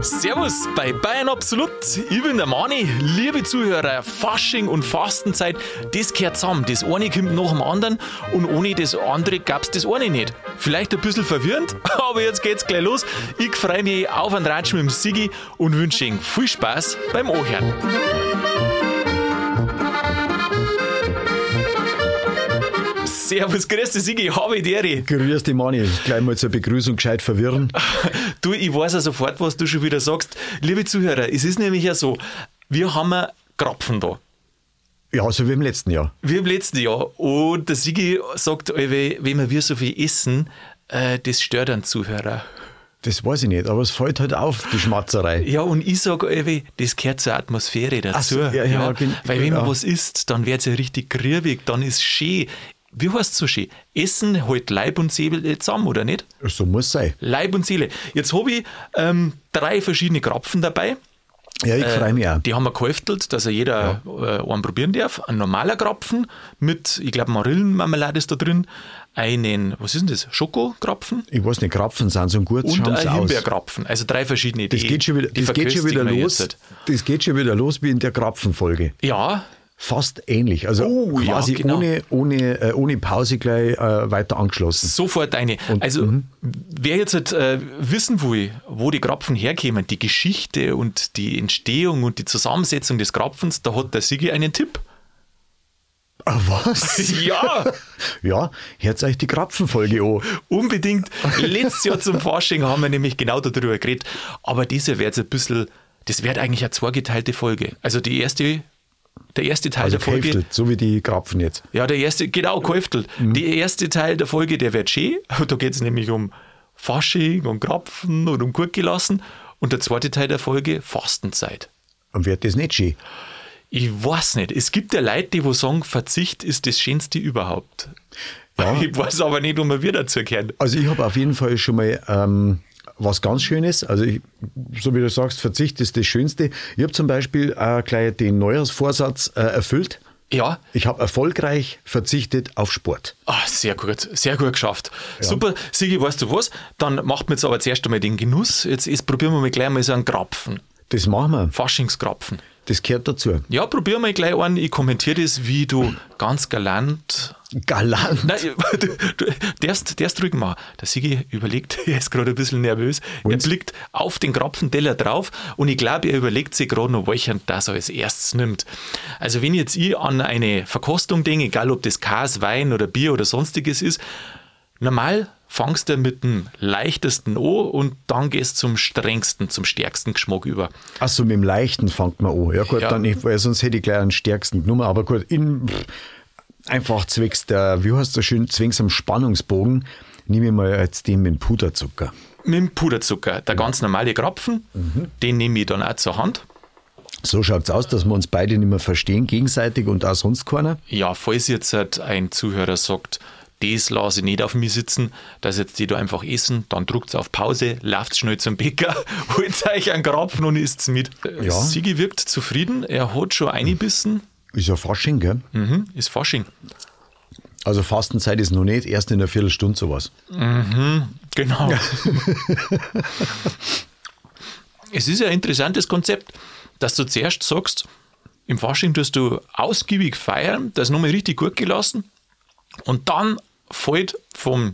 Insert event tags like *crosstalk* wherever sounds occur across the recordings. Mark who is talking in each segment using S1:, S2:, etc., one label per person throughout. S1: Servus bei Bayern Absolut. Ich bin der Mani. Liebe Zuhörer, Fasching und Fastenzeit, das gehört zusammen. Das eine kommt nach dem anderen und ohne das andere gab's das eine nicht. Vielleicht ein bisschen verwirrend, *laughs* aber jetzt geht's gleich los. Ich freue mich auf einen Ratsch mit dem Sigi und wünsche Ihnen viel Spaß beim Anhören. Servus, grüß dich, Sigi, habe ich dir.
S2: Grüß dich, Mani. Gleich mal zur Begrüßung gescheit verwirren.
S1: *laughs* Du, ich weiß ja sofort, was du schon wieder sagst. Liebe Zuhörer, es ist nämlich ja so, wir haben einen Krapfen da.
S2: Ja, so wie im letzten Jahr.
S1: Wie im letzten Jahr. Und der Sigi sagt, allwe, wenn wir so viel essen, äh, das stört einen Zuhörer.
S2: Das weiß ich nicht, aber es fällt halt auf, die Schmatzerei.
S1: Ja, und ich sage, allwe, das gehört zur Atmosphäre dazu.
S2: so, ja, ja, gen-
S1: Weil wenn man
S2: ja.
S1: was isst, dann wird es ja richtig griebig, dann ist schön. Wie heißt so schön? Essen halt Leib und Seele zusammen, oder nicht?
S2: So muss sein.
S1: Leib und Seele. Jetzt habe ich ähm, drei verschiedene Krapfen dabei.
S2: Ja, ich freue mich auch.
S1: Äh, Die haben wir gehäuftelt, dass er jeder äh, einen probieren darf. Ein normaler Krapfen mit, ich glaube, Marillenmarmelade ist da drin. Einen, was ist denn das? Schokokrapfen
S2: Ich weiß nicht, Krapfen sind so gut,
S1: und
S2: schauen sie
S1: ein
S2: aus.
S1: Himbeerkrapfen. Also drei verschiedene
S2: Das
S1: Ideen.
S2: geht schon wieder,
S1: Die
S2: das geht schon wieder
S1: verköstigen wir
S2: los.
S1: jetzt. halt.
S2: Das geht schon wieder los wie in der Krapfenfolge.
S1: Ja,
S2: Fast ähnlich. Also
S1: Oh, ja,
S2: quasi
S1: genau.
S2: ohne, ohne, äh, ohne Pause gleich äh, weiter angeschlossen.
S1: sofort eine. also,
S2: mhm.
S1: wer jetzt halt, äh, wissen will, wo die Krapfen herkämen, die Geschichte und die Entstehung und die Zusammensetzung des Krapfens, da hat der Sigi einen Tipp.
S2: Ah, was? *laughs*
S1: Ja!
S2: ja, hört euch die Krapfenfolge an.
S1: Unbedingt. Letztes Jahr zum Fasching haben wir nämlich genau darüber geredet. Aber diese wird jetzt ein bisschen, das wird eigentlich eine zweigeteilte Folge. Also die erste, der erste Teil
S2: Also
S1: der Folge.
S2: gehäftelt, so wie die Krapfen jetzt.
S1: Ja, der erste, genau, Käuftl.
S2: Mhm.
S1: Der erste Teil der Folge, der wird schön. Da geht es nämlich um Fasching und Krapfen und um gut gelassen. Und der zweite Teil der Folge, Fastenzeit.
S2: Und wird das nicht schön?
S1: Ich weiß nicht. Es gibt ja Leute, die wo sagen, Verzicht ist das Schönste überhaupt.
S2: Ja.
S1: *laughs* Ich weiß aber nicht, wo wir dazu kehren.
S2: Also ich habe auf jeden Fall schon mal ähm, was ganz Schönes. Also ich, so wie du sagst, Verzicht ist das Schönste. Ich habe zum Beispiel äh, gleich den Neujahrsvorsatz äh, erfüllt.
S1: Ja,
S2: Ich habe erfolgreich verzichtet auf Sport.
S1: Ah, sehr gut, sehr gut geschafft. Super, Sigi, weißt du was? Dann macht man jetzt aber zuerst einmal den Genuss. Jetzt, jetzt probieren wir mal gleich mal so einen Krapfen,
S2: Das machen wir.
S1: Faschingskrapfen.
S2: Das gehört dazu.
S1: Ja, probieren wir gleich einen. Ich kommentiere das, wie du ganz galant.
S2: Galant.
S1: Nein, *laughs* du, du darfst, darfst ruhig machen. Der Sigi überlegt, *laughs* er ist gerade ein bisschen nervös. Er blickt auf den Krapfenteller drauf und ich glaube, er überlegt sich gerade noch, welchen das er als erstes nimmt. Also, wenn jetzt ich an eine Verkostung denke, egal ob das Kas, Wein oder Bier oder sonstiges ist, Normal fangst du mit dem leichtesten an und dann gehst zum strengsten, zum stärksten Geschmack über.
S2: Achso, mit dem Leichten fängt man an. Ja gut,
S1: Ja.
S2: dann ich, weil sonst hätte ich gleich einen stärksten Nummer. Aber gut, in, pff, einfach zwecks der, wie heißt das schön, zwecks am Spannungsbogen, nehme ich mal jetzt den mit dem Puderzucker.
S1: Mit dem Puderzucker, der ganz normale Krapfen, den nehme ich dann auch zur Hand.
S2: So schaut's aus, dass wir uns beide nicht mehr verstehen, gegenseitig und auch sonst keiner.
S1: Ja, falls jetzt halt ein Zuhörer sagt, das lasse ich nicht auf mir sitzen, das jetzt die da einfach essen, dann drückt auf Pause, lauft schnell zum Bäcker, *laughs* holt euch einen Krapfen und isst's mit.
S2: Ja.
S1: Sigi wirkt zufrieden, er hat schon eingebissen,
S2: Ist ja Fasching, gell?
S1: mhm, ist Fasching.
S2: Also Fastenzeit ist noch nicht, erst in einer Viertelstunde sowas. *laughs*
S1: Genau. es ist ja ein interessantes Konzept, dass du zuerst sagst, im Fasching tust du ausgiebig feiern, das ist nochmal richtig gut gelassen und dann fällt vom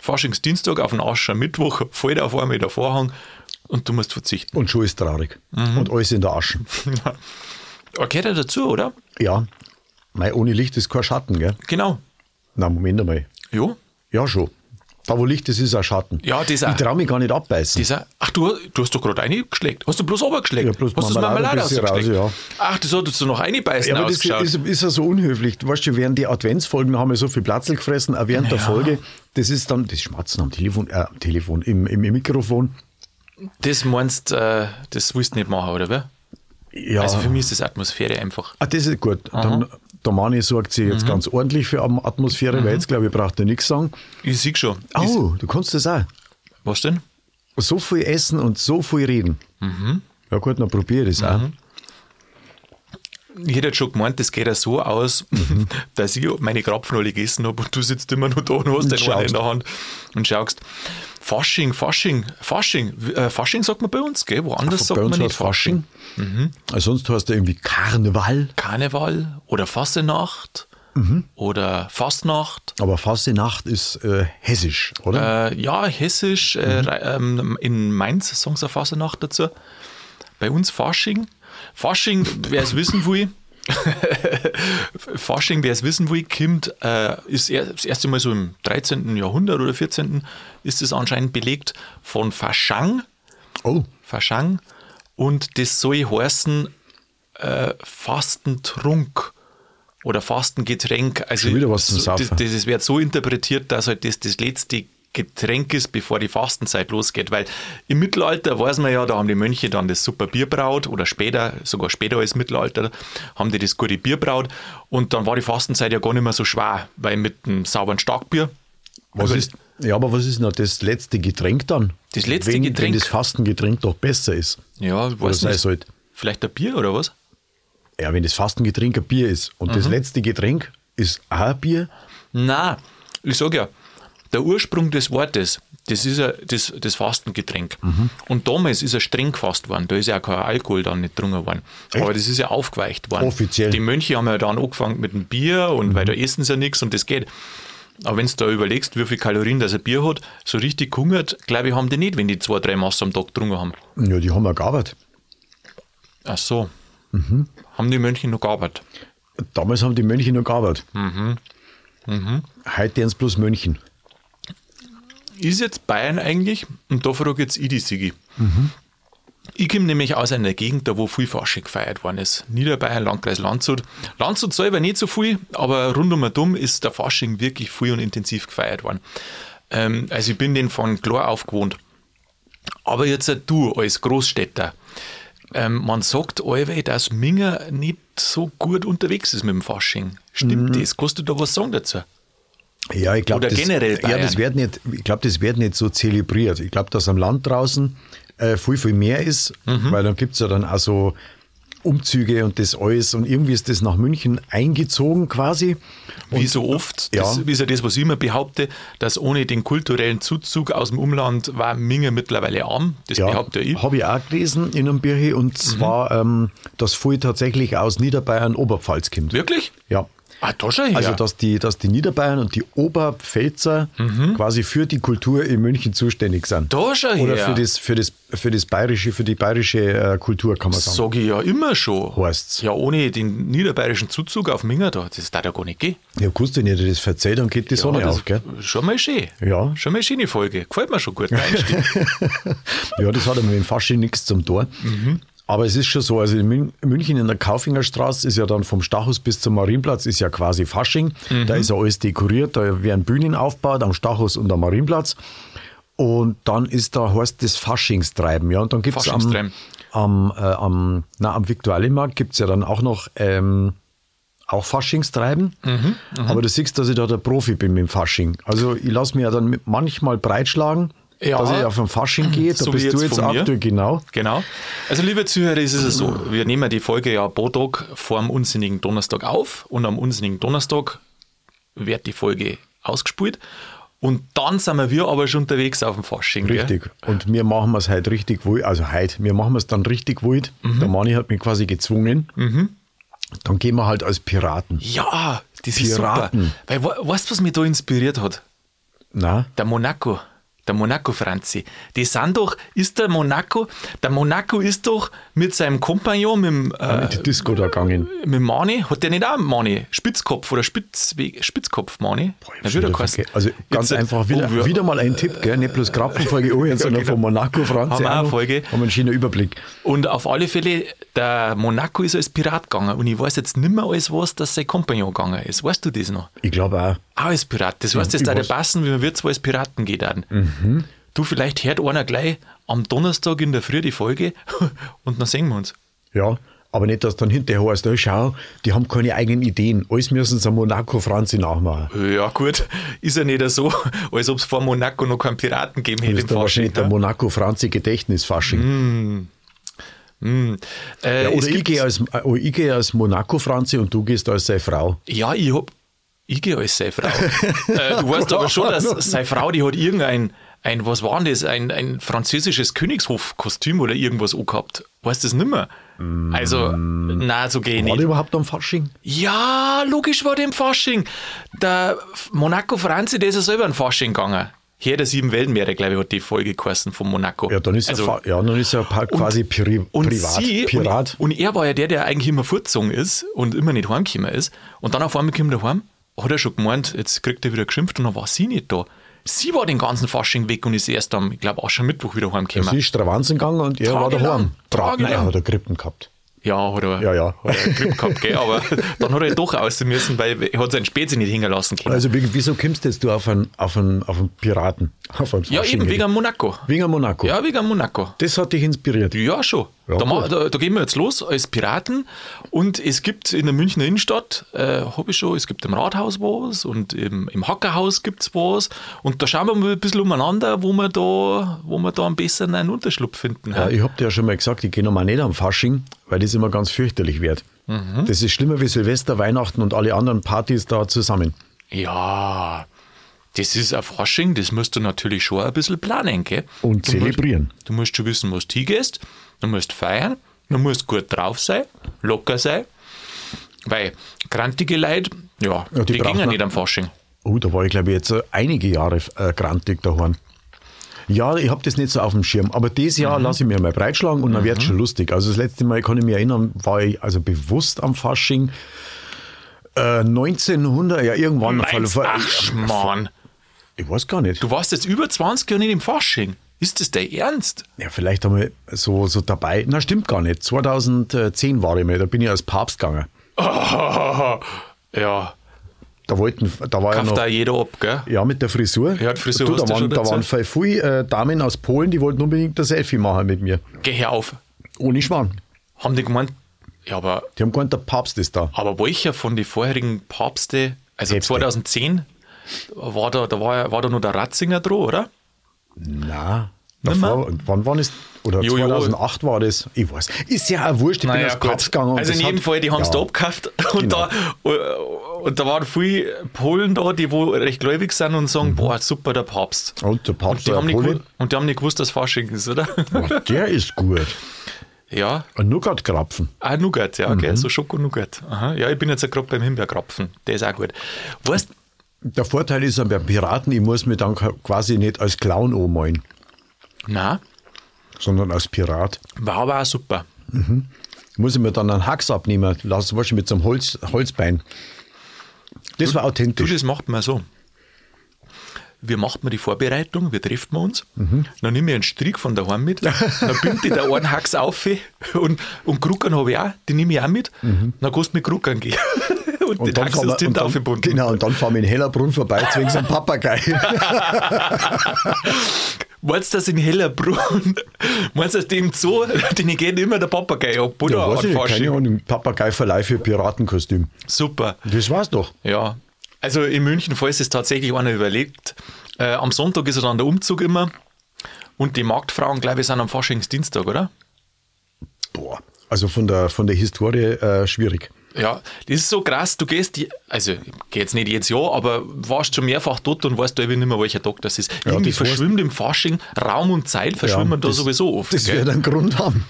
S1: Faschingsdienstag auf den Aschermittwoch, fällt auf einmal der Vorhang und du musst verzichten. *laughs*
S2: Und schon ist traurig.
S1: Mhm.
S2: Und alles in der Asche.
S1: Aber gehört ja dazu, oder?
S2: Ja, mei, ohne Licht ist kein Schatten, gell?
S1: Genau.
S2: Na, Moment einmal.
S1: Jo.
S2: Ja, schon. Da, wo Licht ist, ist auch Schatten.
S1: Ja, das auch.
S2: Ich traue mich gar nicht abbeißen.
S1: Dieser, ach, du, du hast doch gerade reingeschlägt. Hast du bloß runtergeschlägt?
S2: Ja, bloß
S1: hast du das
S2: Marmelade ein
S1: Marmelade
S2: bisschen raus,
S1: rausgeschlägt? Ach, das hattest du noch einbeißen
S2: ja, aber das
S1: ausgeschaut.
S2: ist, ist ja so unhöflich. Du weißt schon, während die Adventsfolgen haben wir so viel Platz gefressen, auch während der
S1: Ja.
S2: Folge. Das ist dann das Schmatzen am Telefon, äh, am Telefon, im, im, im Mikrofon.
S1: Das meinst äh, das willst du nicht machen, oder? wer?
S2: Ja,
S1: Also für mich ist das Atmosphäre einfach.
S2: Ah, das ist gut. Dann, der Mani sorgt sich
S1: Mhm.
S2: jetzt ganz ordentlich für Am- Atmosphäre, weil jetzt, glaube ich, braucht er nichts sagen.
S1: Ich sehe schon. Ist-
S2: Oh, du kannst das auch.
S1: Was denn?
S2: So viel
S1: Mhm.
S2: essen und so viel reden. Ja gut, dann probiere ich das auch.
S1: Ich hätte jetzt schon gemeint, das geht ja so aus,
S2: Mhm.
S1: *laughs* dass ich meine Krapfen alle gegessen habe und du sitzt immer noch da und hast den Wein in
S2: schaust.
S1: der Hand und schaust. Fasching, Fasching, Fasching. Äh, Fasching sagt man bei uns, gell? Woanders sagt
S2: bei uns
S1: man
S2: heißt
S1: nicht ne? Fasching.
S2: Fasching.
S1: Mhm.
S2: Also sonst heißt er irgendwie Karneval,
S1: Karneval oder Fassenacht
S2: Mhm.
S1: oder Fastnacht.
S2: aber Fassenacht ist äh, hessisch, oder?
S1: Äh, ja, hessisch, äh, rei- ähm, in Mainz sagen sie Fassenacht dazu. Bei uns Fasching. Fasching, wer es wissen will, *laughs* Fasching, wer es wissen will, kommt, äh, ist er, das erste Mal so im 13. Jahrhundert oder 14. ist es anscheinend belegt von Faschang,
S2: oh,
S1: Faschang und das soll heißen äh, Fastentrunk oder Fastengetränk. Also
S2: Schon wieder was zum
S1: so, das,
S2: Saufen.
S1: das wird so interpretiert, dass halt das das letzte Getränk ist, bevor die Fastenzeit losgeht, weil im Mittelalter weiß man ja, da haben die Mönche dann das super Bier braut oder später, sogar später als Mittelalter, haben die das gute Bier braut und dann war die Fastenzeit ja gar nicht mehr so schwer, weil mit dem sauberen Starkbier
S2: was
S1: über-
S2: ist, ja, aber was ist noch das letzte Getränk dann?
S1: Also Das letzte
S2: wenn,
S1: Getränk?
S2: Wenn das Fastengetränk doch besser ist.
S1: ja, ich
S2: Oder
S1: weiß
S2: sei es
S1: nicht,
S2: halt,
S1: vielleicht ein Bier oder was?
S2: ja, wenn das Fastengetränk ein Bier ist und
S1: Mhm.
S2: das letzte Getränk ist auch ein Bier,
S1: Na, ich sage ja, der Ursprung des Wortes, das ist ja das, das Fastengetränk. Und damals ist er streng gefasst worden, da ist ja auch kein Alkohol dann nicht drungen worden. Aber das ist ja aufgeweicht worden.
S2: Offiziell.
S1: Die Mönche haben ja dann angefangen mit dem Bier und weil da essen sie ja nichts und das geht. Aber wenn du da überlegst, wie viel Kalorien das ein Bier hat, so richtig hungert, glaube ich, haben die nicht, wenn die zwei, drei Massen am Tag getrunken haben.
S2: ja, die haben ja gearbeitet.
S1: Ach so. Haben die Mönche noch gearbeitet?
S2: Damals haben die Mönche noch gearbeitet.
S1: Mhm.
S2: Heute wären es bloß Mönchen.
S1: ist jetzt Bayern eigentlich? Und da frage ich jetzt ich die Sigi. Ich komme nämlich aus einer Gegend, da wo viel Fasching gefeiert worden ist. Niederbayern, Landkreis Landshut. Landshut selber nicht so viel, aber rund um dumm ist der Fasching wirklich viel und intensiv gefeiert worden. Ähm, also ich bin den von klar auf gewohnt. Aber jetzt auch du als Großstädter. Ähm, man sagt allweil, dass Minger nicht so gut unterwegs ist mit dem Fasching. Stimmt das? Kannst du da was sagen dazu?
S2: Ja, ich glaube,
S1: Oder
S2: das,
S1: generell
S2: ja,
S1: Bayern.
S2: das wird nicht, ich glaube, das wird nicht so zelebriert. Ich glaube, dass am Land draußen äh, viel, viel mehr ist,
S1: Mhm.
S2: weil dann gibt es ja dann auch so Umzüge und das alles und irgendwie ist das nach München eingezogen quasi.
S1: Wie so oft,
S2: ja.
S1: das ist ja das, was ich immer behaupte, dass ohne den kulturellen Zuzug aus dem Umland war Minger mittlerweile arm. Das
S2: Ja,
S1: behaupte ich. Mhm.
S2: habe ich auch gelesen in einem Birche und zwar, ähm, dass viel tatsächlich aus Niederbayern, Oberpfalz kommt.
S1: Wirklich?
S2: Ja.
S1: Ah, da schon her.
S2: Also, dass, die, dass die Niederbayern und die Oberpfälzer quasi für die Kultur in München zuständig sind.
S1: da schon
S2: Oder
S1: her.
S2: für, das, für, das, für das bayerische, für die bayerische äh, Kultur kann man sagen.
S1: Sag ich ja immer schon.
S2: Heißt's.
S1: Ja, ohne den niederbayerischen Zuzug auf Minger da, das darf ja gar nicht gehen.
S2: Ja, gewusst, wenn ihr das verzeiht, dann geht die Sonne
S1: Aber das
S2: auf, gell?
S1: Schon mal schön.
S2: Ja.
S1: Schon mal schöne Folge. Gefällt mir schon
S2: *laughs*
S1: gut. Der Einstieg.
S2: Ja, das hat aber mit dem Fasching nichts zum Tor. Aber es ist schon so, also in Mün- München in der Kaufingerstraße ist ja dann vom Stachus bis zum Marienplatz ist ja quasi Fasching. Da ist ja alles dekoriert, da werden Bühnen aufgebaut am Stachus und am Marienplatz. Und dann ist da heißt das Faschingstreiben. Ja, und dann gibt es am,
S1: Faschingstreiben.
S2: am, äh, am, na, am Viktualienmarkt gibt es ja dann auch noch ähm, auch Faschingstreiben.
S1: Mhm,
S2: Aber du siehst, dass ich da der Profi bin mit dem Fasching. Also ich lasse mir ja dann mit- manchmal breitschlagen,
S1: Ja.
S2: dass ich auf den Fasching gehe. Da
S1: So wie
S2: bist
S1: jetzt
S2: du jetzt
S1: von mir.
S2: aktuell, genau.
S1: Genau. Also, liebe Zuhörer, es ist es so: Wir nehmen die Folge ja pro Tag vor dem unsinnigen Donnerstag auf und am unsinnigen Donnerstag wird die Folge ausgespielt. Und dann sind wir aber schon unterwegs auf dem Fasching. gell?
S2: Richtig. Und wir machen es halt richtig wild. Also heute, wir machen es dann richtig wild.
S1: Mhm.
S2: Der Mani hat mich quasi gezwungen. Dann gehen wir halt als Piraten.
S1: Ja, das
S2: Piraten.
S1: ist super. Weil, we- weißt du, was mich da inspiriert hat?
S2: Na?
S1: Der Monaco. Der Monaco Franzi. Die sind doch, ist der Monaco, der Monaco ist doch mit seinem Kompagnon, mit dem, äh,
S2: In die Disco da gegangen.
S1: mit dem Mani, hat der nicht auch einen Mani? Spitzkopf oder Spitzweg, Spitzkopf Mani?
S2: Ich hab
S1: Na,
S2: schon
S1: wieder
S2: wieder
S1: geheißen.
S2: verge- also ganz
S1: Jetzt,
S2: einfach wieder,
S1: oh, wir- genau.
S2: wieder mal ein Tipp, gell? nicht bloß Krapfenfolge Orient,
S1: *laughs*
S2: sondern von Monaco,
S1: Haben
S2: Franzi.
S1: wir auch
S2: auch
S1: eine
S2: noch.
S1: Folge.
S2: Haben wir einen schönen Überblick.
S1: Und auf alle Fälle, der Monaco ist als Pirat gegangen und ich weiß jetzt nicht mehr alles was, dass sein Kompagnon gegangen ist. Weißt du das noch?
S2: Ich glaube auch.
S1: Auch als Pirat. Das heißt, das
S2: ich
S1: da der
S2: weiß. Mhm.
S1: passen, wie man wird zwar als Piraten geht an. Du, vielleicht hört einer gleich am Donnerstag in der Früh die Folge *laughs* und dann sehen wir uns.
S2: Ja, aber nicht, dass dann hinterher heißt, oh, schau, die haben keine eigenen Ideen. Alles müssen sie am Monaco Franzi nachmachen.
S1: Ja gut, ist ja nicht so, als ob es vor Monaco noch keinen Piraten geben hätte
S2: Das
S1: im
S2: ist dann
S1: Fasching.
S2: wahrscheinlich der
S1: ne?
S2: Monaco Franzi Gedächtnisfasching.
S1: Hm. Äh,
S2: Ja,
S1: es
S2: oder ich
S1: gibt-
S2: gehe als, äh, oh, ich gehe als Monaco-Franzi und du gehst als seine Frau.
S1: Ja, ich hab. Ich gehe als
S2: *laughs*
S1: seine Frau. äh, du weißt aber schon, dass seine Frau, die hat irgendein, ein, was war denn das, ein, ein französisches Königshofkostüm oder irgendwas angehabt. Weißt du das nimmer? Also, na, so gehe ich
S2: Mm. War der
S1: nicht.
S2: überhaupt am Fasching?
S1: Ja, logisch war der im Fasching. Der Monaco Franzi, der ist ja selber in Fasching gegangen. Herr der Sieben Weltmeere, glaube ich, hat die Folge geheißen von Monaco.
S2: Ja, dann ist
S1: Also,
S2: er, fa- ja, dann ist er pa- quasi Pri
S1: und
S2: Privat,
S1: sie,
S2: Pirat.
S1: Und, und er war ja der, der eigentlich immer furzung ist und immer nicht heimgekommen ist. Und dann auf einmal kommt er heim, hat er schon gemeint, jetzt kriegt er wieder geschimpft und dann war sie nicht da. Sie war den ganzen Fasching weg und ist erst am, ich glaube, Aschermittwoch wieder
S2: sie
S1: heimgekommen.
S2: ist Stravanzen gegangen und er war
S1: Tagelang.
S2: daheim. Tra
S1: Tagelang.
S2: Nein, er hat er Grippen gehabt.
S1: Ja, hat er,
S2: Ja, ja.
S1: Hat er Grip gehabt, gell?
S2: *laughs*
S1: aber dann hat er doch aus müssen, weil er hat seinen Spezi nicht hinterlassen können.
S2: Also wegen, wieso kommst jetzt du auf einen, auf einen, auf einen Piraten? Auf einen
S1: ja,
S2: Fasching-
S1: eben, wegen Monaco.
S2: wegen Monaco.
S1: Ja, wegen Monaco.
S2: Das hat dich inspiriert.
S1: Ja, schon.
S2: Ja,
S1: da, ma-
S2: gut.
S1: da, da gehen wir jetzt los als Piraten. Und es gibt in der Münchner Innenstadt, äh, habe ich schon, es gibt im Rathaus was und im, im Hackerhaus gibt es was. Und da schauen wir mal ein bisschen umeinander, wo wir da, wo wir da am besten einen Unterschlupf finden.
S2: Ja,
S1: Ja,
S2: Äh, ich hab dir ja schon mal gesagt, ich gehe nochmal nicht am Fasching, weil das immer ganz fürchterlich wird. Das ist schlimmer wie Silvester, Weihnachten und alle anderen Partys da zusammen.
S1: ja das ist ein Fasching, das musst du natürlich schon ein bisschen planen. Gell?
S2: Und
S1: du
S2: zelebrieren.
S1: Musst, du musst schon wissen, was du hingehst, du musst feiern, du musst gut drauf sein, locker sein. Weil krantige Leute, ja,
S2: Ja,
S1: die,
S2: die
S1: gingen
S2: brauchen-
S1: nicht am Fasching.
S2: Oh, da war ich glaube ich jetzt äh, einige Jahre äh, grantig daheim. Ja, ich hab das nicht so auf dem Schirm, aber dieses Jahr lasse ich mir mal breitschlagen und dann wird's schon lustig. Also das letzte Mal, kann ich mich erinnern, war ich also bewusst am Fasching. Äh, 1900, ja irgendwann.
S1: Nein,
S2: vor- vor-
S1: ach, Mann.
S2: ich weiß gar nicht.
S1: Du warst jetzt über 20 Jahre nicht im Fasching. Ist das der Ernst? *laughs*
S2: Ja, vielleicht einmal so, so dabei. Na, stimmt gar nicht. 2010 war ich mal, da bin ich als Papst gegangen.
S1: ja,
S2: Da wollten, da war ja
S1: kauft da
S2: noch.
S1: jeder ab, gell?
S2: Ja, mit der Frisur.
S1: Ja, die Frisur
S2: du,
S1: hast
S2: da
S1: du schon
S2: waren, da
S1: erzählt.
S2: waren voll viele äh, Damen aus Polen, die wollten unbedingt ein Selfie machen mit mir.
S1: Geh her auf.
S2: Ohne Schwan.
S1: Haben die gemeint, ja, aber,
S2: Die haben gemeint, der Papst ist da.
S1: aber welcher von den vorherigen Papste, also
S2: Päpste.
S1: 2010, war da, da war, war da nur der Ratzinger dran, oder?
S2: Na.
S1: Nimmer?
S2: Davor, wann war das? Oder
S1: Jo, jo.
S2: 2008 war das? Ich weiß. Ist ja auch wurscht, ich bin als Papst gegangen. und
S1: Also in
S2: das
S1: jedem
S2: hat-
S1: Fall, die haben es da
S2: ja. Genau.
S1: abgekauft und, da, äh, und da waren viele Polen da, die wo recht gläubig sind und sagen, boah, super, der Papst.
S2: Und der Mhm. Oh, Papst
S1: und die,
S2: war
S1: haben
S2: ein
S1: nicht
S2: Pole.
S1: gewusst, und die haben nicht gewusst, dass Fasching ist, oder?
S2: Ach, Der ist gut.
S1: ja.
S2: Ein Nougat-Krapfen.
S1: Ah, Nougat, ja,
S2: Mhm.
S1: okay, so Schoko-Nougat. Aha, Ja, ich bin jetzt gerade beim Himbeerkrapfen, der ist auch gut. Weißt
S2: Der Vorteil ist ja bei Piraten, ich muss mich dann quasi nicht als Clown anmalen,
S1: na,
S2: sondern als Pirat.
S1: war aber auch super.
S2: Muss ich mir dann einen Hacks abnehmen lassen, wahrscheinlich mit so einem Holz, Holzbein. Das war
S1: Du,
S2: authentisch.
S1: das macht man so. Wir macht man die Vorbereitung, wir trifft man uns,
S2: Mhm.
S1: dann nehme ich einen Strick von daheim
S2: *laughs*
S1: mit, dann bind ich da einen Hacks auf und, und Kruckern habe ich auch, die nehme ich auch mit, dann kannst du mit Kruckern gehen. *laughs* Und, die
S2: dann
S1: Taxis
S2: fahren wir- Mhm. und
S1: sind
S2: dann-
S1: aufgebunden.
S2: Genau, und dann fahren wir in Hellerbrunn vorbei, zwingen so einen Papagei.
S1: *laughs* Meinst du, dass in Hellerbrunn, *laughs* meinst du, dass die im Zoo, *laughs* denen gehen immer der Papagei ab, oder?
S2: ja, weiß ich
S1: An
S2: nicht,
S1: Fasching.
S2: keine Ahnung, Papageiverleih für Piratenkostüm.
S1: Super.
S2: Das war's doch.
S1: Ja, also in München, falls es tatsächlich einer überlegt, äh, am Sonntag ist ja dann der Umzug immer und die Marktfrauen, glaube ich, sind am Faschingsdienstag, oder?
S2: Boah. Also von der, von der Historie äh, schwierig.
S1: Ja, das ist so krass, du gehst, die, also ich geh jetzt nicht jedes Jahr, aber warst schon mehrfach dort und weißt da eben nicht mehr, welcher Tag das ist. Irgendwie
S2: das
S1: verschwimmt im Fasching Raum und Zeit, verschwimmen da
S2: das-
S1: sowieso oft.
S2: Das
S1: gell?
S2: wird einen Grund haben.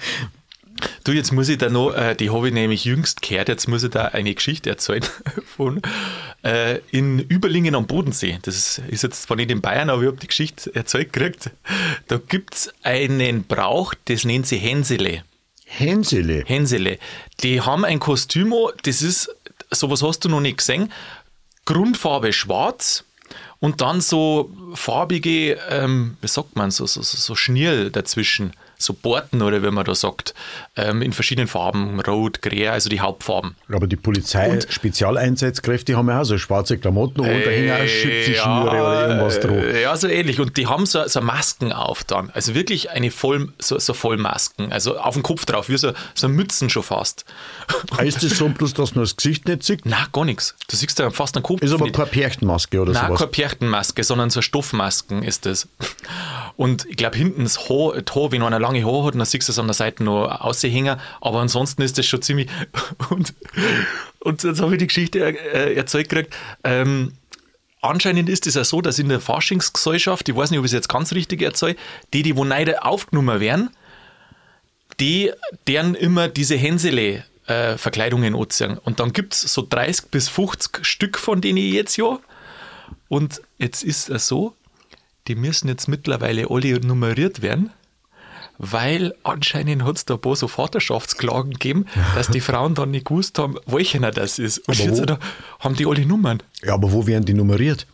S1: Du, jetzt muss ich da noch, äh, die habe ich nämlich jüngst gehört, jetzt muss ich da eine Geschichte erzählen *laughs* von äh, in Überlingen am Bodensee. Das ist, ist jetzt zwar nicht in Bayern, aber ich habe die Geschichte erzählt gekriegt. Da gibt es einen Brauch, das nennt sie Hänsele.
S2: Hänsele.
S1: Hänsele. Die haben ein Kostüm, an, das ist, sowas hast du noch nicht gesehen. Grundfarbe schwarz und dann so farbige, ähm, wie sagt man, so, so, so- so Schnirl dazwischen. So Borten oder wie man da sagt. Ähm, in verschiedenen Farben. Rot, Grär, also die Hauptfarben.
S2: Aber die Polizei, Spezialeinsatzkräfte haben ja auch so schwarze Klamotten und da
S1: Äh,
S2: hängen auch Schipfenschnüre oder irgendwas drauf.
S1: Ja, so ähnlich. Und die haben so, so Masken auf dann. Also wirklich eine Voll, so, so Vollmasken. Also auf dem Kopf drauf, wie so, so Mützen schon fast.
S2: Heißt das so, bloß dass man das Gesicht nicht sieht?
S1: Na, gar nichts. Du siehst da fast einen Kopf.
S2: Ist aber
S1: nicht.
S2: keine Perchtenmaske oder
S1: Nein,
S2: sowas.
S1: keine Perchtenmaske, sondern so Stoffmasken ist das. Und ich glaube, hinten das Haar, das Haar, wenn einer lange Haar hat, dann siehst du es an der Seite noch aushängen. Aber ansonsten ist das schon ziemlich. *laughs* Und, und jetzt habe ich die Geschichte äh, erzählt gekriegt. Ähm, anscheinend ist es ja so, dass in der Faschingsgesellschaft, ich weiß nicht, ob ich es jetzt ganz richtig erzähle, die, die wo neider aufgenommen werden, die, deren immer diese Hänsele äh, Verkleidungen anziehen. Und dann gibt es so 30 bis 50 Stück von denen jetzt ja. Und jetzt ist es so, die müssen jetzt mittlerweile alle nummeriert werden, weil anscheinend hat es da ein paar so Vaterschaftsklagen gegeben, dass die Frauen dann nicht gewusst haben, welcher das ist. Und
S2: Aber
S1: jetzt
S2: wo?
S1: hat er- haben die alle Nummern.
S2: Ja, aber wo werden die nummeriert?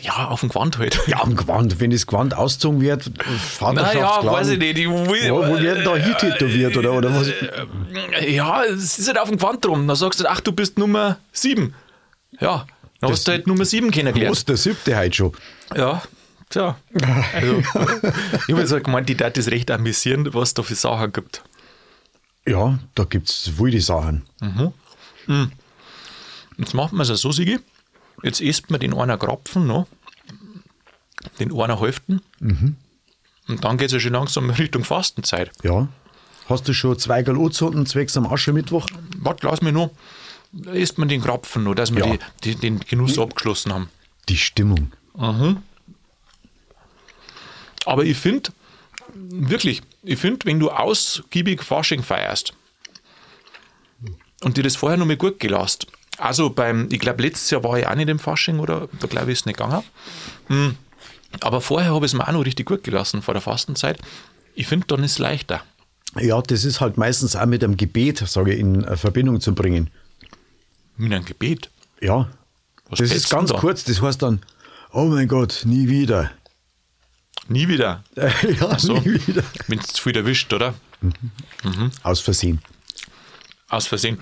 S1: Ja, auf dem Gewand halt.
S2: Ja, am Gewand. Wenn das Gewand ausgezogen wird,
S1: Naja,
S2: Vaterschaftsklagen.
S1: weiß ich nicht. Ich will,
S2: Ja, wo werden da hier tätowiert oder, oder was?
S1: ja, es ist halt auf dem Gewand drum. Dann sagst du, ach, du bist Nummer 7. Ja, dann hast du halt Nummer 7 kennengelernt.
S2: Was der siebte heute schon?
S1: Ja,
S2: *laughs*
S1: tja. Also, ich habe jetzt halt gemeint, die Leute das recht amüsieren, was es da für Sachen gibt.
S2: Ja, da gibt es wilde Sachen.
S1: Jetzt macht man es ja so, Sigi. Jetzt isst man den einer Krapfen noch, den einer Hälften. Und dann geht es ja schon langsam *laughs* Richtung Fastenzeit.
S2: Ja. Hast du schon Zweigerl angezogen, zwecks am Aschermittwoch?
S1: Warte, lass mich noch. Da isst man den Krapfen noch, dass wir
S2: Ja.
S1: die, die, den Genuss abgeschlossen haben.
S2: Die Stimmung.
S1: Aber ich finde, wirklich, ich finde, wenn du ausgiebig Fasching feierst und dir das vorher noch mal gut gelasst, also beim, ich glaube, letztes Jahr war ich auch nicht im Fasching oder da glaube ich ist nicht gegangen. Hm. Aber vorher habe ich es mir auch noch richtig gut gelassen vor der Fastenzeit. Ich finde, dann ist es leichter.
S2: Ja, das ist halt meistens auch mit einem Gebet, sage ich, in äh, Verbindung zu bringen.
S1: Mit einem Gebet.
S2: Ja.
S1: Was
S2: das
S1: betst
S2: ist ganz
S1: du da?
S2: kurz, das heißt dann, oh mein Gott, nie wieder. *laughs*
S1: Nie wieder.
S2: ja,
S1: So,
S2: nie wieder.
S1: wenn es zu viel erwischt, oder?
S2: Aus Versehen.
S1: Aus Versehen.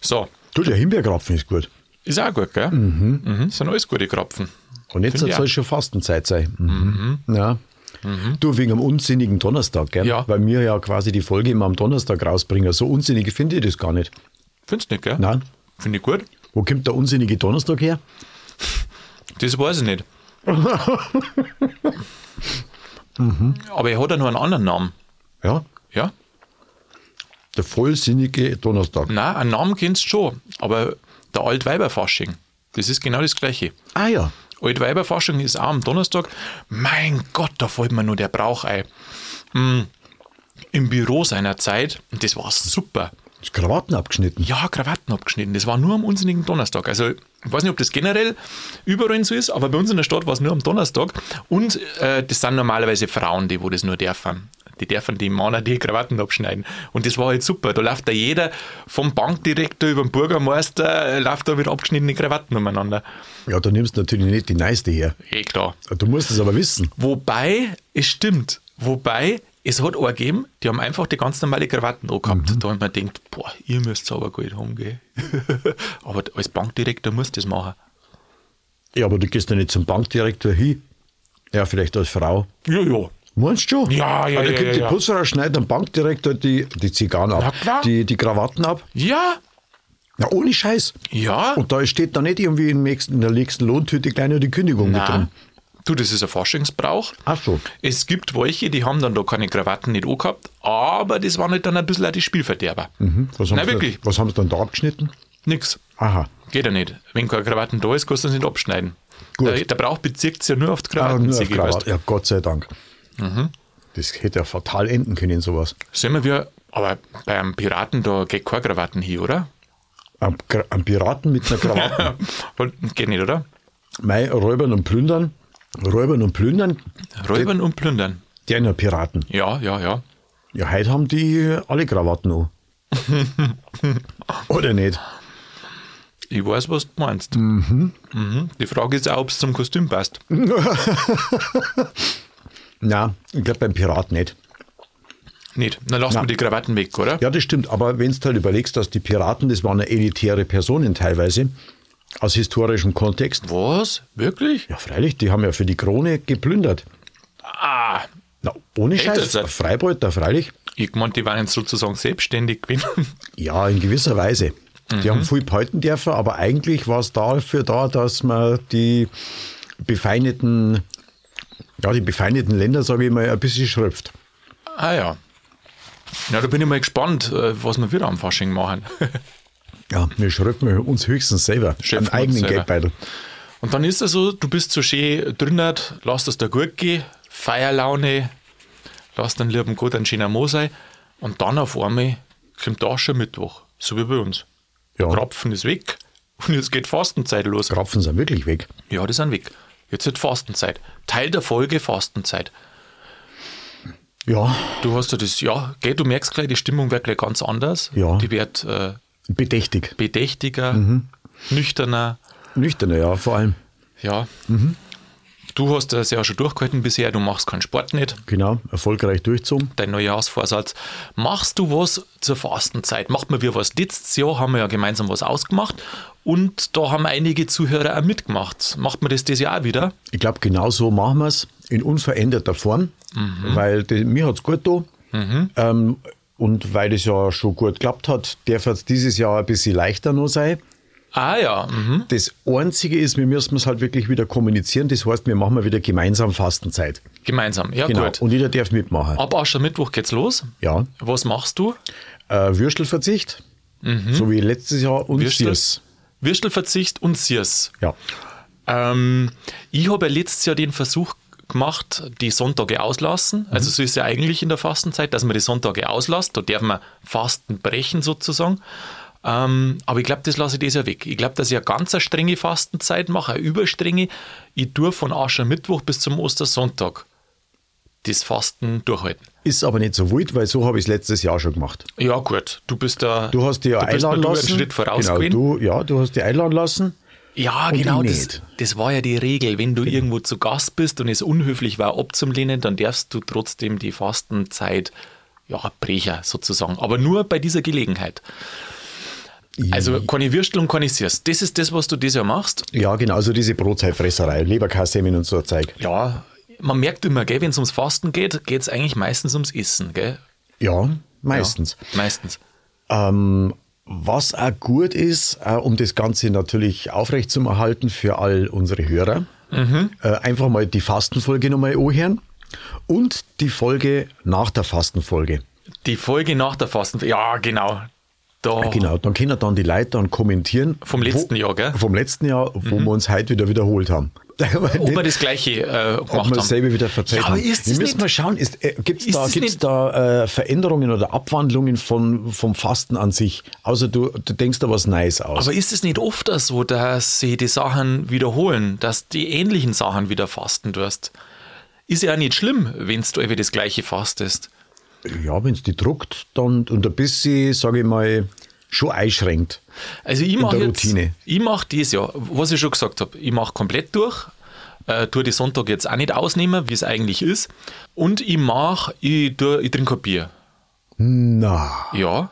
S1: So,
S2: Du, der Himbeerkrapfen ist gut.
S1: ist auch gut, gell? Mhm. Sind alles gute Krapfen.
S2: Und jetzt
S1: Find ich
S2: soll
S1: auch. Mhm.
S2: schon Fastenzeit sein. Mhm. Ja. Du, wegen einem unsinnigen Donnerstag, gell?
S1: Ja.
S2: Weil wir ja quasi die Folge immer am Donnerstag rausbringen. So unsinnig finde ich das gar nicht.
S1: Findest du nicht, gell?
S2: Nein.
S1: Finde ich gut.
S2: Wo kommt der unsinnige Donnerstag her?
S1: Das weiß ich nicht. Aber er hat ja noch einen anderen Namen.
S2: Ja,
S1: Ja?
S2: der vollsinnige Donnerstag.
S1: Nein, einen Namen kennst du schon. Aber der Altweiberfasching, das ist genau das Gleiche.
S2: Ah ja.
S1: Altweiberfasching ist auch am Donnerstag. Mein Gott, da fällt mir nur der Brauch ein. Hm, Im Büro seiner Zeit, und das war super.
S2: Ist Krawatten abgeschnitten.
S1: Ja, Krawatten abgeschnitten. Das war nur am unsinnigen Donnerstag. Also, ich weiß nicht, ob das generell überall so ist, aber bei uns in der Stadt war es nur am Donnerstag. Und äh, das sind normalerweise Frauen, die wo das nur dürfen. Die dürfen die Männer die Krawatten abschneiden. Und das war halt super. Da läuft da jeder vom Bankdirektor über den Bürgermeister, äh, läuft da mit abgeschnittenen Krawatten umeinander.
S2: Ja, da nimmst du natürlich nicht die Neiste her.
S1: Eh klar.
S2: Du musst es aber wissen.
S1: Wobei, es stimmt. Wobei, es hat auch gegeben, die haben einfach die ganz normale Krawatten angehabt.
S2: Mhm.
S1: Da hat man gedacht, boah, ihr müsst aber gut umgehen. *laughs* aber als Bankdirektor musst du das machen.
S2: Ja, aber du gehst ja nicht zum Bankdirektor hin. Ja, vielleicht als Frau.
S1: Ja, ja.
S2: Meinst du?
S1: Ja, ja,
S2: Ah, Da
S1: ja,
S2: gibt
S1: ja,
S2: die
S1: ja.
S2: Putzfrau, schneidet am Bankdirektor die, die Zigarren ab.
S1: Na klar.
S2: Die, die Krawatten ab.
S1: Ja,
S2: Na, ohne Scheiß.
S1: ja.
S2: Und da steht da nicht irgendwie im nächsten, in der nächsten Lohntüte gleich nur die Kündigung mit drin. Ah.
S1: Nein. Du, das ist ein Forschungsbrauch.
S2: Ach so.
S1: Es gibt welche, die haben dann da keine Krawatten nicht angehabt, aber das waren halt dann ein bisschen auch die Spielverderber.
S2: Was haben
S1: Nein,
S2: sie-
S1: wirklich.
S2: Was haben sie dann da abgeschnitten?
S1: Nix.
S2: Aha.
S1: Geht ja nicht. Wenn keine Krawatten da ist, kannst du das nicht abschneiden.
S2: Gut.
S1: Der, der Brauch bezirkt sich ja nur auf die
S2: Ah,
S1: Krawatten.
S2: nur auf
S1: Sigi, weißt du.
S2: Krawatte. Ja, Gott sei Dank.
S1: Mhm.
S2: Das hätte ja fatal enden können, sowas.
S1: Sollen wir, aber beim Piraten, da geht keine Krawatten hin, *laughs* oder?
S2: Am, Gra- am Piraten mit
S1: *laughs*
S2: einer Krawatte.
S1: Und- geht nicht, oder?
S2: Mei, Räubern und Plündern. Räubern und Plündern,
S1: Räubern und plündern.
S2: der nur Piraten.
S1: Ja, ja, ja.
S2: Ja, heute haben die alle
S1: *laughs*
S2: Krawatten an. Oder nicht?
S1: Ich weiß, was du meinst. Mhm. Die Frage ist auch, ob es zum Kostüm passt.
S2: Na, ich glaube beim Pirat nicht.
S1: Nicht. Dann lassen wir die Krawatten weg, oder?
S2: Ja, das stimmt. Aber wenn du halt überlegst, dass die Piraten, das waren ja elitäre Personen teilweise, aus historischem Kontext.
S1: Was? Wirklich?
S2: Ja, freilich, die haben ja für die Krone geplündert.
S1: Ah,
S2: Na, ohne
S1: Echt Also-
S2: Scheiß.
S1: jetzt?
S2: Freibeuter, freilich.
S1: ich meine, die waren jetzt sozusagen selbstständig gewesen.
S2: Ja, in gewisser Weise. Die
S1: Mhm.
S2: haben viel behalten dürfen, aber eigentlich war es dafür da, dass man die befeindeten Ja, die befeindeten Länder, sage ich mal, ein bisschen Schrift.
S1: *laughs* Ah ja. Na, da bin ich mal gespannt, äh, was wir wieder am Fasching machen.
S2: Ja, wir schröpfen uns höchstens selber.
S1: Schöpfen
S2: einen
S1: uns
S2: eigenen
S1: selber.
S2: Geldbeutel.
S1: Und dann ist es so, du bist so schön drinnert, lass das da gut gehen, Feierlaune, lass den lieben Gott ein schöner Mo sein. Und dann auf einmal kommt da schon Mittwoch, so wie bei uns.
S2: Ja.
S1: Krapfen ist weg und jetzt geht Fastenzeit los.
S2: Krapfen sind wirklich weg.
S1: Ja, die sind weg. Jetzt wird Fastenzeit. Teil der Folge Fastenzeit.
S2: Ja,
S1: Du hast ja das, ja, gell, du merkst gleich, die Stimmung wird gleich ganz anders.
S2: Ja. Mhm.
S1: Die wird äh,
S2: bedächtig.
S1: bedächtiger, nüchterner.
S2: Nüchterner, ja, vor allem.
S1: Ja.
S2: Mhm.
S1: Du hast das ja schon durchgehalten bisher, du machst keinen Sport nicht.
S2: Genau, erfolgreich durchzogen.
S1: dein Neujahrsvorsatz. Machst du was zur Fastenzeit? Macht man wir was? Letztes Jahr haben wir ja gemeinsam was ausgemacht und da haben einige Zuhörer auch mitgemacht. Macht man das dieses Jahr auch wieder?
S2: Ich glaube, genau so machen wir es in unveränderter Form,
S1: Mhm.
S2: weil die, mir hat es gut da. Ähm, und weil das ja schon gut geklappt hat, darf es dieses Jahr ein bisschen leichter noch sein.
S1: Ah ja, mhm.
S2: Das Einzige ist, wir müssen es halt wirklich wieder kommunizieren. Das heißt, wir machen mal wieder gemeinsam Fastenzeit.
S1: gemeinsam. Ja,
S2: Genau.
S1: gut.
S2: Und jeder darf mitmachen.
S1: Ab Aschermittwoch geht's los.
S2: Ja.
S1: Was machst du?
S2: Äh, Würstelverzicht, so wie letztes Jahr und
S1: Mhm. Würstel?
S2: Sirs.
S1: Würstelverzicht und Sirs.
S2: Ja.
S1: Ähm, ich habe ja letztes Jahr den Versuch gemacht, die Sonntage auslassen. Also so ist ja eigentlich in der Fastenzeit, dass man die Sonntage auslässt. Da darf man Fasten brechen sozusagen. Ähm, aber ich glaube, das lasse ich dieses Jahr weg. Ich glaube, dass ich eine ganz eine strenge Fastenzeit mache, eine überstrenge. Ich tue von Aschermittwoch bis zum Ostersonntag das Fasten durchhalten.
S2: Ist aber nicht so wild, weil so habe ich es letztes Jahr schon gemacht.
S1: Ja gut, du bist da
S2: Du hast die
S1: du
S2: ja
S1: bist mir
S2: einladen
S1: da einen
S2: lassen.
S1: Schritt voraus
S2: genau,
S1: gewesen.
S2: du, Ja, du hast die einladen lassen.
S1: Ja,
S2: Und
S1: genau.
S2: ich
S1: Das,
S2: nicht. Genau.
S1: das war ja die Regel. Wenn du irgendwo zu Gast bist und es unhöflich war, abzulehnen, dann darfst du trotzdem die Fastenzeit ja, brechen, sozusagen. Aber nur bei dieser Gelegenheit. Also keine Würstel und keine Sirs. Das ist das, was du dieses Jahr machst.
S2: Ja, genau, also diese Brotzeitfresserei, Leberkassemien und so ein Zeug.
S1: Ja, man merkt immer, wenn es ums Fasten geht, geht es eigentlich meistens ums Essen. Gell?
S2: Ja, meistens.
S1: Meistens.
S2: Ähm, was auch gut ist, äh, um das Ganze natürlich aufrecht zu erhalten für all unsere Hörer,
S1: Mhm.
S2: äh, einfach mal die Fastenfolge nochmal anhören und die Folge nach der Fastenfolge.
S1: Die Folge nach der Fasten. Ja, genau. Da.
S2: Genau, dann können dann die Leute dann kommentieren.
S1: Vom letzten Jahr, gell? Mhm.
S2: Vom letzten Jahr, wo wir uns heute wieder wiederholt haben. *laughs*
S1: Ob wir das Gleiche äh, gemacht
S2: ob wir
S1: haben.
S2: dasselbe wieder verzeiht
S1: ja, aber
S2: haben.
S1: ist
S2: wir
S1: das
S2: müssen
S1: nicht
S2: mal schauen, ist, äh, gibt es
S1: Ist
S2: da,
S1: das
S2: gibt's
S1: nicht-
S2: da äh, Veränderungen oder Abwandlungen von, vom Fasten an sich? Außer du, du denkst da was Neues aus.
S1: Aber ist es nicht oft so, dass sie die Sachen wiederholen, dass die ähnlichen Sachen wieder fasten tust? Ist ja auch nicht schlimm, wenn du eben das gleiche fastest.
S2: ja, wenn es die druckt dann, und ein bisschen, sage ich mal, schon einschränkt.
S1: Also ich mache
S2: der
S1: jetzt,
S2: Routine.
S1: ich mache dieses Jahr, was ich schon gesagt habe, ich mache komplett durch, äh, tue die Sonntag jetzt auch nicht ausnehmen, wie es eigentlich ist, und ich mache, ich, tue- ich trinke kein Bier.
S2: Na,
S1: Ja,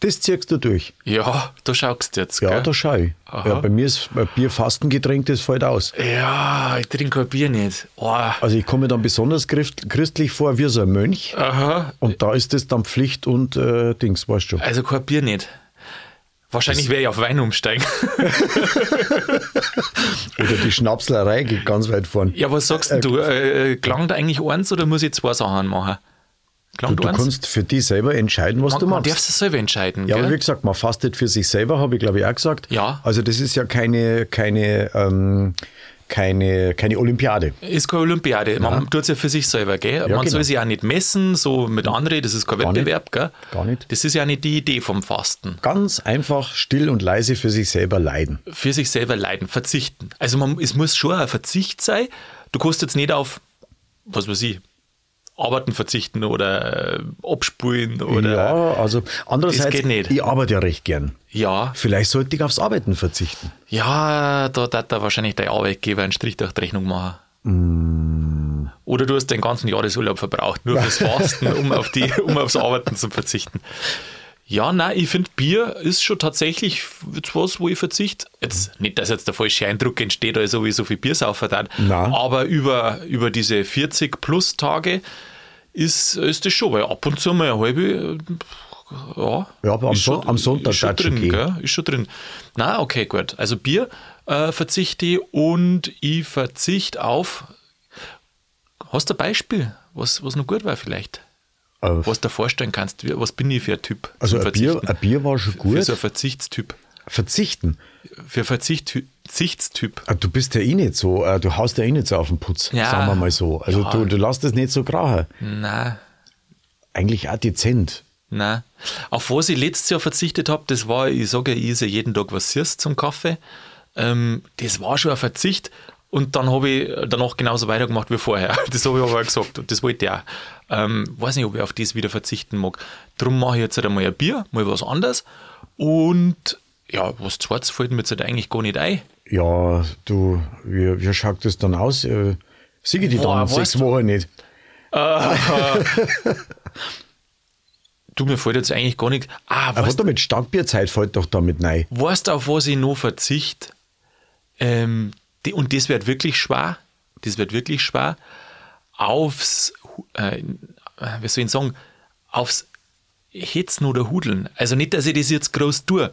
S2: das ziehst du durch.
S1: ja, da schaust du jetzt,
S2: Ja,
S1: gell?
S2: da schau ich.
S1: Aha.
S2: Ja, bei mir ist ein Bierfastengetränk, das fällt aus.
S1: ja ich trinke kein Bier nicht. Oh.
S2: Also ich komme mir dann besonders christ- christlich vor, wie so ein Mönch.
S1: Aha,
S2: Und da ist das dann Pflicht und äh, Dings, weißt du.
S1: Also kein Bier nicht. Wahrscheinlich wäre ich auf Wein umsteigen. *laughs*
S2: Oder die Schnapslerei geht ganz weit vorn.
S1: Ja, was sagst denn du? Äh, klangt eigentlich eins oder muss ich zwei Sachen machen?
S2: Du,
S1: Klangt
S2: du
S1: eins?
S2: kannst für dich selber entscheiden, was
S1: man,
S2: du
S1: man
S2: machst.
S1: darf es selber entscheiden.
S2: ja, aber wie
S1: gell?
S2: gesagt, man fastet für sich selber, habe ich glaube ich auch gesagt.
S1: Ja.
S2: Also das ist ja keine, keine, ähm, keine, keine Olympiade.
S1: Ist keine Olympiade. Man tut es ja für sich selber. Gell? man
S2: genau.
S1: soll sich ja nicht messen, so mit anderen. Das ist kein
S2: nicht.
S1: Wettbewerb. Gell?
S2: Gar nicht.
S1: Das ist ja nicht die Idee vom Fasten.
S2: Ganz einfach, still und leise für sich selber leiden.
S1: für sich selber leiden, verzichten. Also man, es muss schon ein Verzicht sein. Du kannst jetzt nicht auf, was weiß ich, Arbeiten verzichten oder äh, abspulen oder
S2: ja, also andererseits,
S1: geht nicht.
S2: ich arbeite ja recht gern.
S1: ja,
S2: Vielleicht sollte ich aufs Arbeiten verzichten.
S1: ja, da hat da wahrscheinlich dein Arbeitgeber einen Strich durch die Rechnung machen. Oder du hast den ganzen Jahresurlaub verbraucht, nur fürs Fasten, um, auf die, um aufs Arbeiten zu verzichten. Ja, nein, ich finde, Bier ist schon tatsächlich jetzt was, wo ich verzichte. Jetzt, nicht, dass jetzt der falsche Eindruck entsteht, also sowieso viel Biersaufer dann,
S2: Nein.
S1: aber über, über diese 40 plus Tage ist, ist das schon, weil ab und zu mal eine halbe, äh, ja.
S2: Ja, aber am
S1: ist
S2: Son- am Sonntag
S1: ist schon
S2: darf's schon
S1: drin,
S2: gehen.
S1: gell? ist schon drin. Na, okay, gut. Also Bier äh, verzichte ich und ich verzichte auf, Hast du ein Beispiel, was, was noch gut war vielleicht?
S2: Äh,
S1: Was du dir vorstellen kannst, wie- was bin ich für ein Typ?
S2: Also
S1: zum
S2: ein Bier,
S1: Verzichten?
S2: ein Bier war schon
S1: Für
S2: gut.
S1: so ein Verzichtstyp.
S2: Verzichten.
S1: Für Verzicht, Verzichtstyp.
S2: Ah, Du bist ja eh nicht so, äh, du haust ja eh nicht so auf den Putz,
S1: Ja.
S2: sagen wir mal so. Also
S1: Ja.
S2: du, du lässt es nicht so krachen.
S1: Nein,
S2: Eigentlich auch dezent.
S1: nein. Auf was ich letztes Jahr verzichtet habe, das war, ich sage ja, ich esse jeden Tag was Süßes zum Kaffee. Ähm, das war schon ein Verzicht. Und dann habe ich danach genauso weitergemacht wie vorher. *laughs* Das habe ich aber auch gesagt und das wollte ich auch. Ähm, weiß nicht, ob ich auf das wieder verzichten mag. Drum mache ich jetzt halt einmal ein Bier, mal was anderes. Und ja, was zweites fällt mir jetzt halt eigentlich gar nicht ein.
S2: Ja, du, wie, wie schaut das dann aus? Äh, Siege die
S1: Boah,
S2: dann
S1: weißt
S2: sechs
S1: du-
S2: Wochen nicht.
S1: Du, mir fällt jetzt eigentlich gar nicht. Ah,
S2: Aber
S1: weißt
S2: damit Starkbierzeit fällt doch damit rein.
S1: weißt du, auf was ich noch verzicht? Ähm, die, und das wird wirklich schwer. Das wird wirklich schwer. Aufs, Hu- äh, wie soll ich sagen, aufs Hetzen oder Hudeln. Also nicht, dass ich das jetzt groß tue,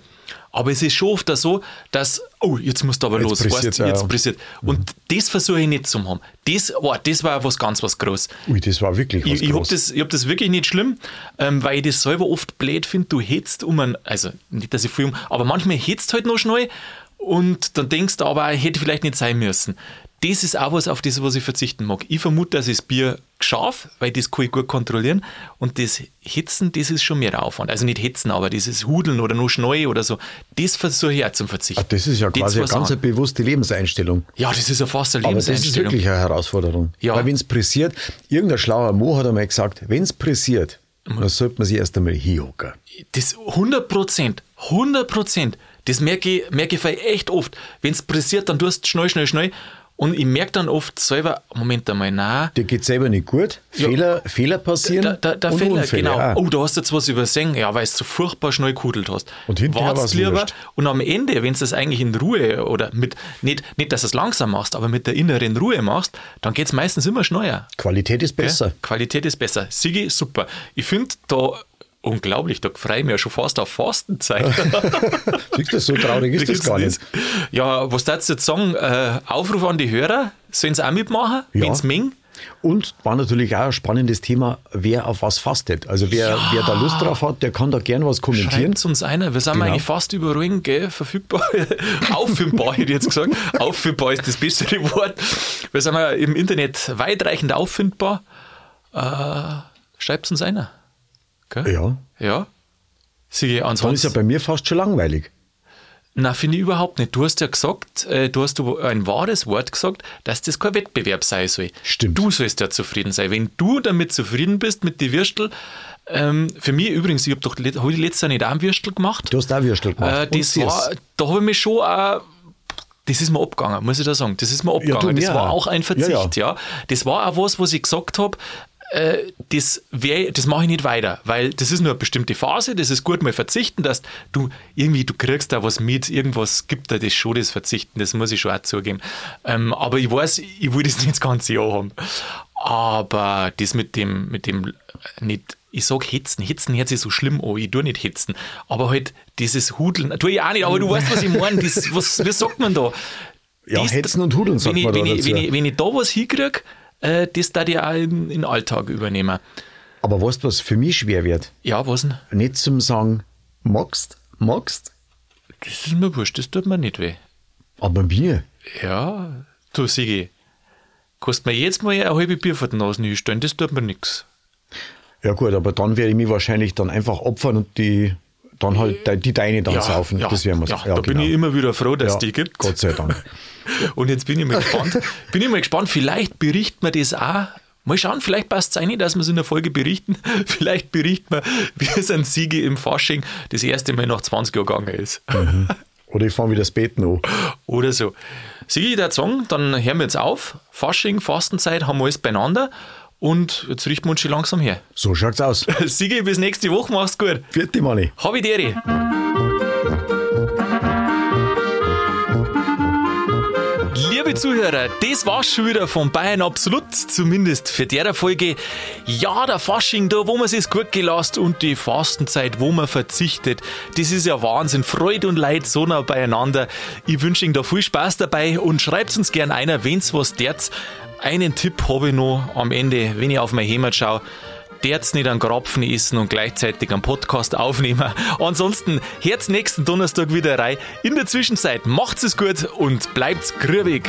S1: aber es ist schon oft auch so, dass, oh, jetzt musst du aber
S2: Jetzt
S1: los,
S2: pressiert,
S1: weißt,
S2: ja,
S1: jetzt
S2: ja.
S1: pressiert. Und das versuche ich nicht zu haben. Das, oh, das war was ganz was Großes.
S2: Ui, das war wirklich was
S1: Ich, ich habe
S2: Großes.
S1: das, ich hab das wirklich nicht schlimm, ähm, weil ich das selber oft blöd finde. Du hetzt um einen, also nicht, dass ich viel um, aber manchmal hetzt halt noch schnell und dann denkst du aber, hätte vielleicht nicht sein müssen. Das ist auch was, auf das was ich verzichten mag. Ich vermute, dass ich das Bier scharf, weil das kann ich gut kontrollieren. Und das Hetzen, das ist schon mehr der Aufwand. Also nicht Hetzen, aber dieses Hudeln oder noch schnell oder so, das versuche ich auch zum Verzichten.
S2: Ah, das ist ja
S1: Jetzt
S2: quasi eine
S1: was
S2: ganz
S1: an-
S2: eine bewusste Lebenseinstellung.
S1: Ja, das ist ja fast eine
S2: Aber das ist
S1: Lebenseinstellung.
S2: wirklich eine Herausforderung.
S1: Ja.
S2: Weil wenn es pressiert, irgendein schlauer Mo hat einmal gesagt, wenn es pressiert,
S1: Mhm.
S2: dann sollte man sich erst einmal hinhocken.
S1: Das 100 Prozent, 100 Prozent, das merke ich, merke ich voll echt oft. Wenn es pressiert, dann tust du schnell, schnell, schnell. Und ich merke dann oft selber, Moment einmal, na,
S2: Dir geht selber nicht gut, Fehler, Fehler passieren
S1: da, da, da
S2: und
S1: Fehler,
S2: Unfälle. Ah,
S1: genau.
S2: auch.
S1: Oh, da hast du jetzt was übersehen, ja, weil du so furchtbar schnell kudelt hast.
S2: Und hinterher
S1: Wart's
S2: war's
S1: lieber.
S2: wurscht.
S1: Und am Ende, wenn du das eigentlich in Ruhe oder mit, nicht, nicht dass du es langsam machst, aber mit der inneren Ruhe machst, dann geht es meistens immer schneller.
S2: Qualität ist
S1: Gell?
S2: besser. *laughs*
S1: Qualität ist besser. Sigi, super. Ich finde da unglaublich, da freue ich mich ja schon fast auf
S2: *laughs*
S1: Fastenzeit.
S2: Siehst du, so
S1: *laughs*
S2: traurig ist das gar nicht.
S1: Ja, was darfst du jetzt sagen? Äh, Aufruf an die Hörer, sollen sie auch mitmachen,
S2: Ja.
S1: wenn es Ming?
S2: Und war natürlich auch ein spannendes Thema, wer auf was fastet. Also wer, wer da Lust drauf hat, der kann da gern was kommentieren.
S1: Schreibt uns einer. Wir sind
S2: Genau.
S1: eigentlich fast überall gell, verfügbar. *laughs* auffindbar, hätte ich jetzt gesagt. auffindbar ist das bessere Wort. Wir sind ja im Internet weitreichend auffindbar. Äh, Schreibt uns einer. Gell?
S2: Ja,
S1: Ja. Sigi,
S2: dann ist ja
S1: ansonsten.
S2: bei mir fast schon langweilig.
S1: Na, finde ich überhaupt nicht. Du hast ja gesagt, äh, du hast du ein wahres Wort gesagt, dass das kein Wettbewerb sein soll.
S2: Stimmt.
S1: Du sollst ja zufrieden sein. Wenn du damit zufrieden bist, mit die Würstel, ähm, für mich übrigens, ich habe doch let- hab ich letztes Jahr nicht auch einen Würstel gemacht.
S2: Du hast auch Würstel gemacht.
S1: äh,
S2: Und
S1: das
S2: Sirs.
S1: war, da habe ich mich schon auch, das ist mir abgegangen, muss ich da sagen. Das ist mir
S2: du,
S1: abgegangen.
S2: mir
S1: das war
S2: auch.
S1: auch ein Verzicht,
S2: Ja,
S1: ja.
S2: ja.
S1: Das war auch was, was ich gesagt habe, äh, das, wär- das mache ich nicht weiter, weil das ist nur eine bestimmte Phase, das ist gut mal verzichten, dass du irgendwie, du kriegst da was mit, irgendwas gibt da das schon, das Verzichten, das muss ich schon auch zugeben. Ähm, aber ich weiß, ich will das *laughs* nicht das ganze Jahr haben. Aber das mit dem, mit dem, äh, nicht, ich sag hetzen, hetzen hört sich so schlimm an, ich tue nicht hetzen, aber halt dieses Hudeln, tue ich auch nicht, aber du weißt, was ich meine, das, was, wie sagt man da?
S2: Ja, hetzen und hudeln, sagt
S1: wenn
S2: man
S1: ich,
S2: da
S1: wenn, ich,
S2: dazu.
S1: wenn, ich, wenn ich da was hinkriege, äh, das da ich auch in, in den Alltag übernehmen.
S2: Aber weißt du, was für mich schwer wird?
S1: Ja, was denn?
S2: Nicht zum sagen, magst, magst,
S1: Das ist mir wurscht, das tut mir nicht weh.
S2: aber mir.
S1: Ja, du Sigi, kannst mir jetzt mal ein halbe Bier vor den Nasen hinstellen, das tut mir nichts.
S2: Ja gut, aber dann werde ich mich wahrscheinlich dann einfach opfern und die dann halt die, die deine dann saufen. das werden wir
S1: Mhm. ja, da bin ich immer wieder froh, dass
S2: ja,
S1: es die gibt.
S2: Gott sei Dank.
S1: Und jetzt bin ich mal gespannt. *laughs* bin ich mal gespannt, vielleicht berichten wir das auch. Mal schauen, vielleicht passt es ein, dass wir es in der Folge berichten. *laughs* Vielleicht berichten wir, wie es an Siege im Fasching das erste Mal nach 20 Jahren gegangen ist.
S2: Oder ich fange wieder das Beten an.
S1: Oder so. Sigi, der Song, dann hören wir jetzt auf. Fasching, Fastenzeit haben wir alles beieinander. Und jetzt richten wir uns schon langsam her. *laughs*
S2: So schaut's aus.
S1: Sigi, bis nächste Woche, mach's gut.
S2: Vierte Mani.
S1: Hab ich dir. Liebe Zuhörer, das war's schon wieder von Bayern Absolut, zumindest für der Folge. Ja, der Fasching da, wo man sich's gut gelasst und die Fastenzeit, wo man verzichtet. Das ist ja Wahnsinn. Freude und Leid so nah beieinander. Ich wünsche Ihnen da viel Spaß dabei und schreibt uns gern einer, wenn's was derz. Einen Tipp habe ich noch am Ende, wenn ich auf mein Heimat schaue, derz nicht an Krapfen essen und gleichzeitig einen Podcast aufnehmen. Ansonsten herz nächsten Donnerstag wieder rein. In der Zwischenzeit macht's es gut und bleibt's grübig.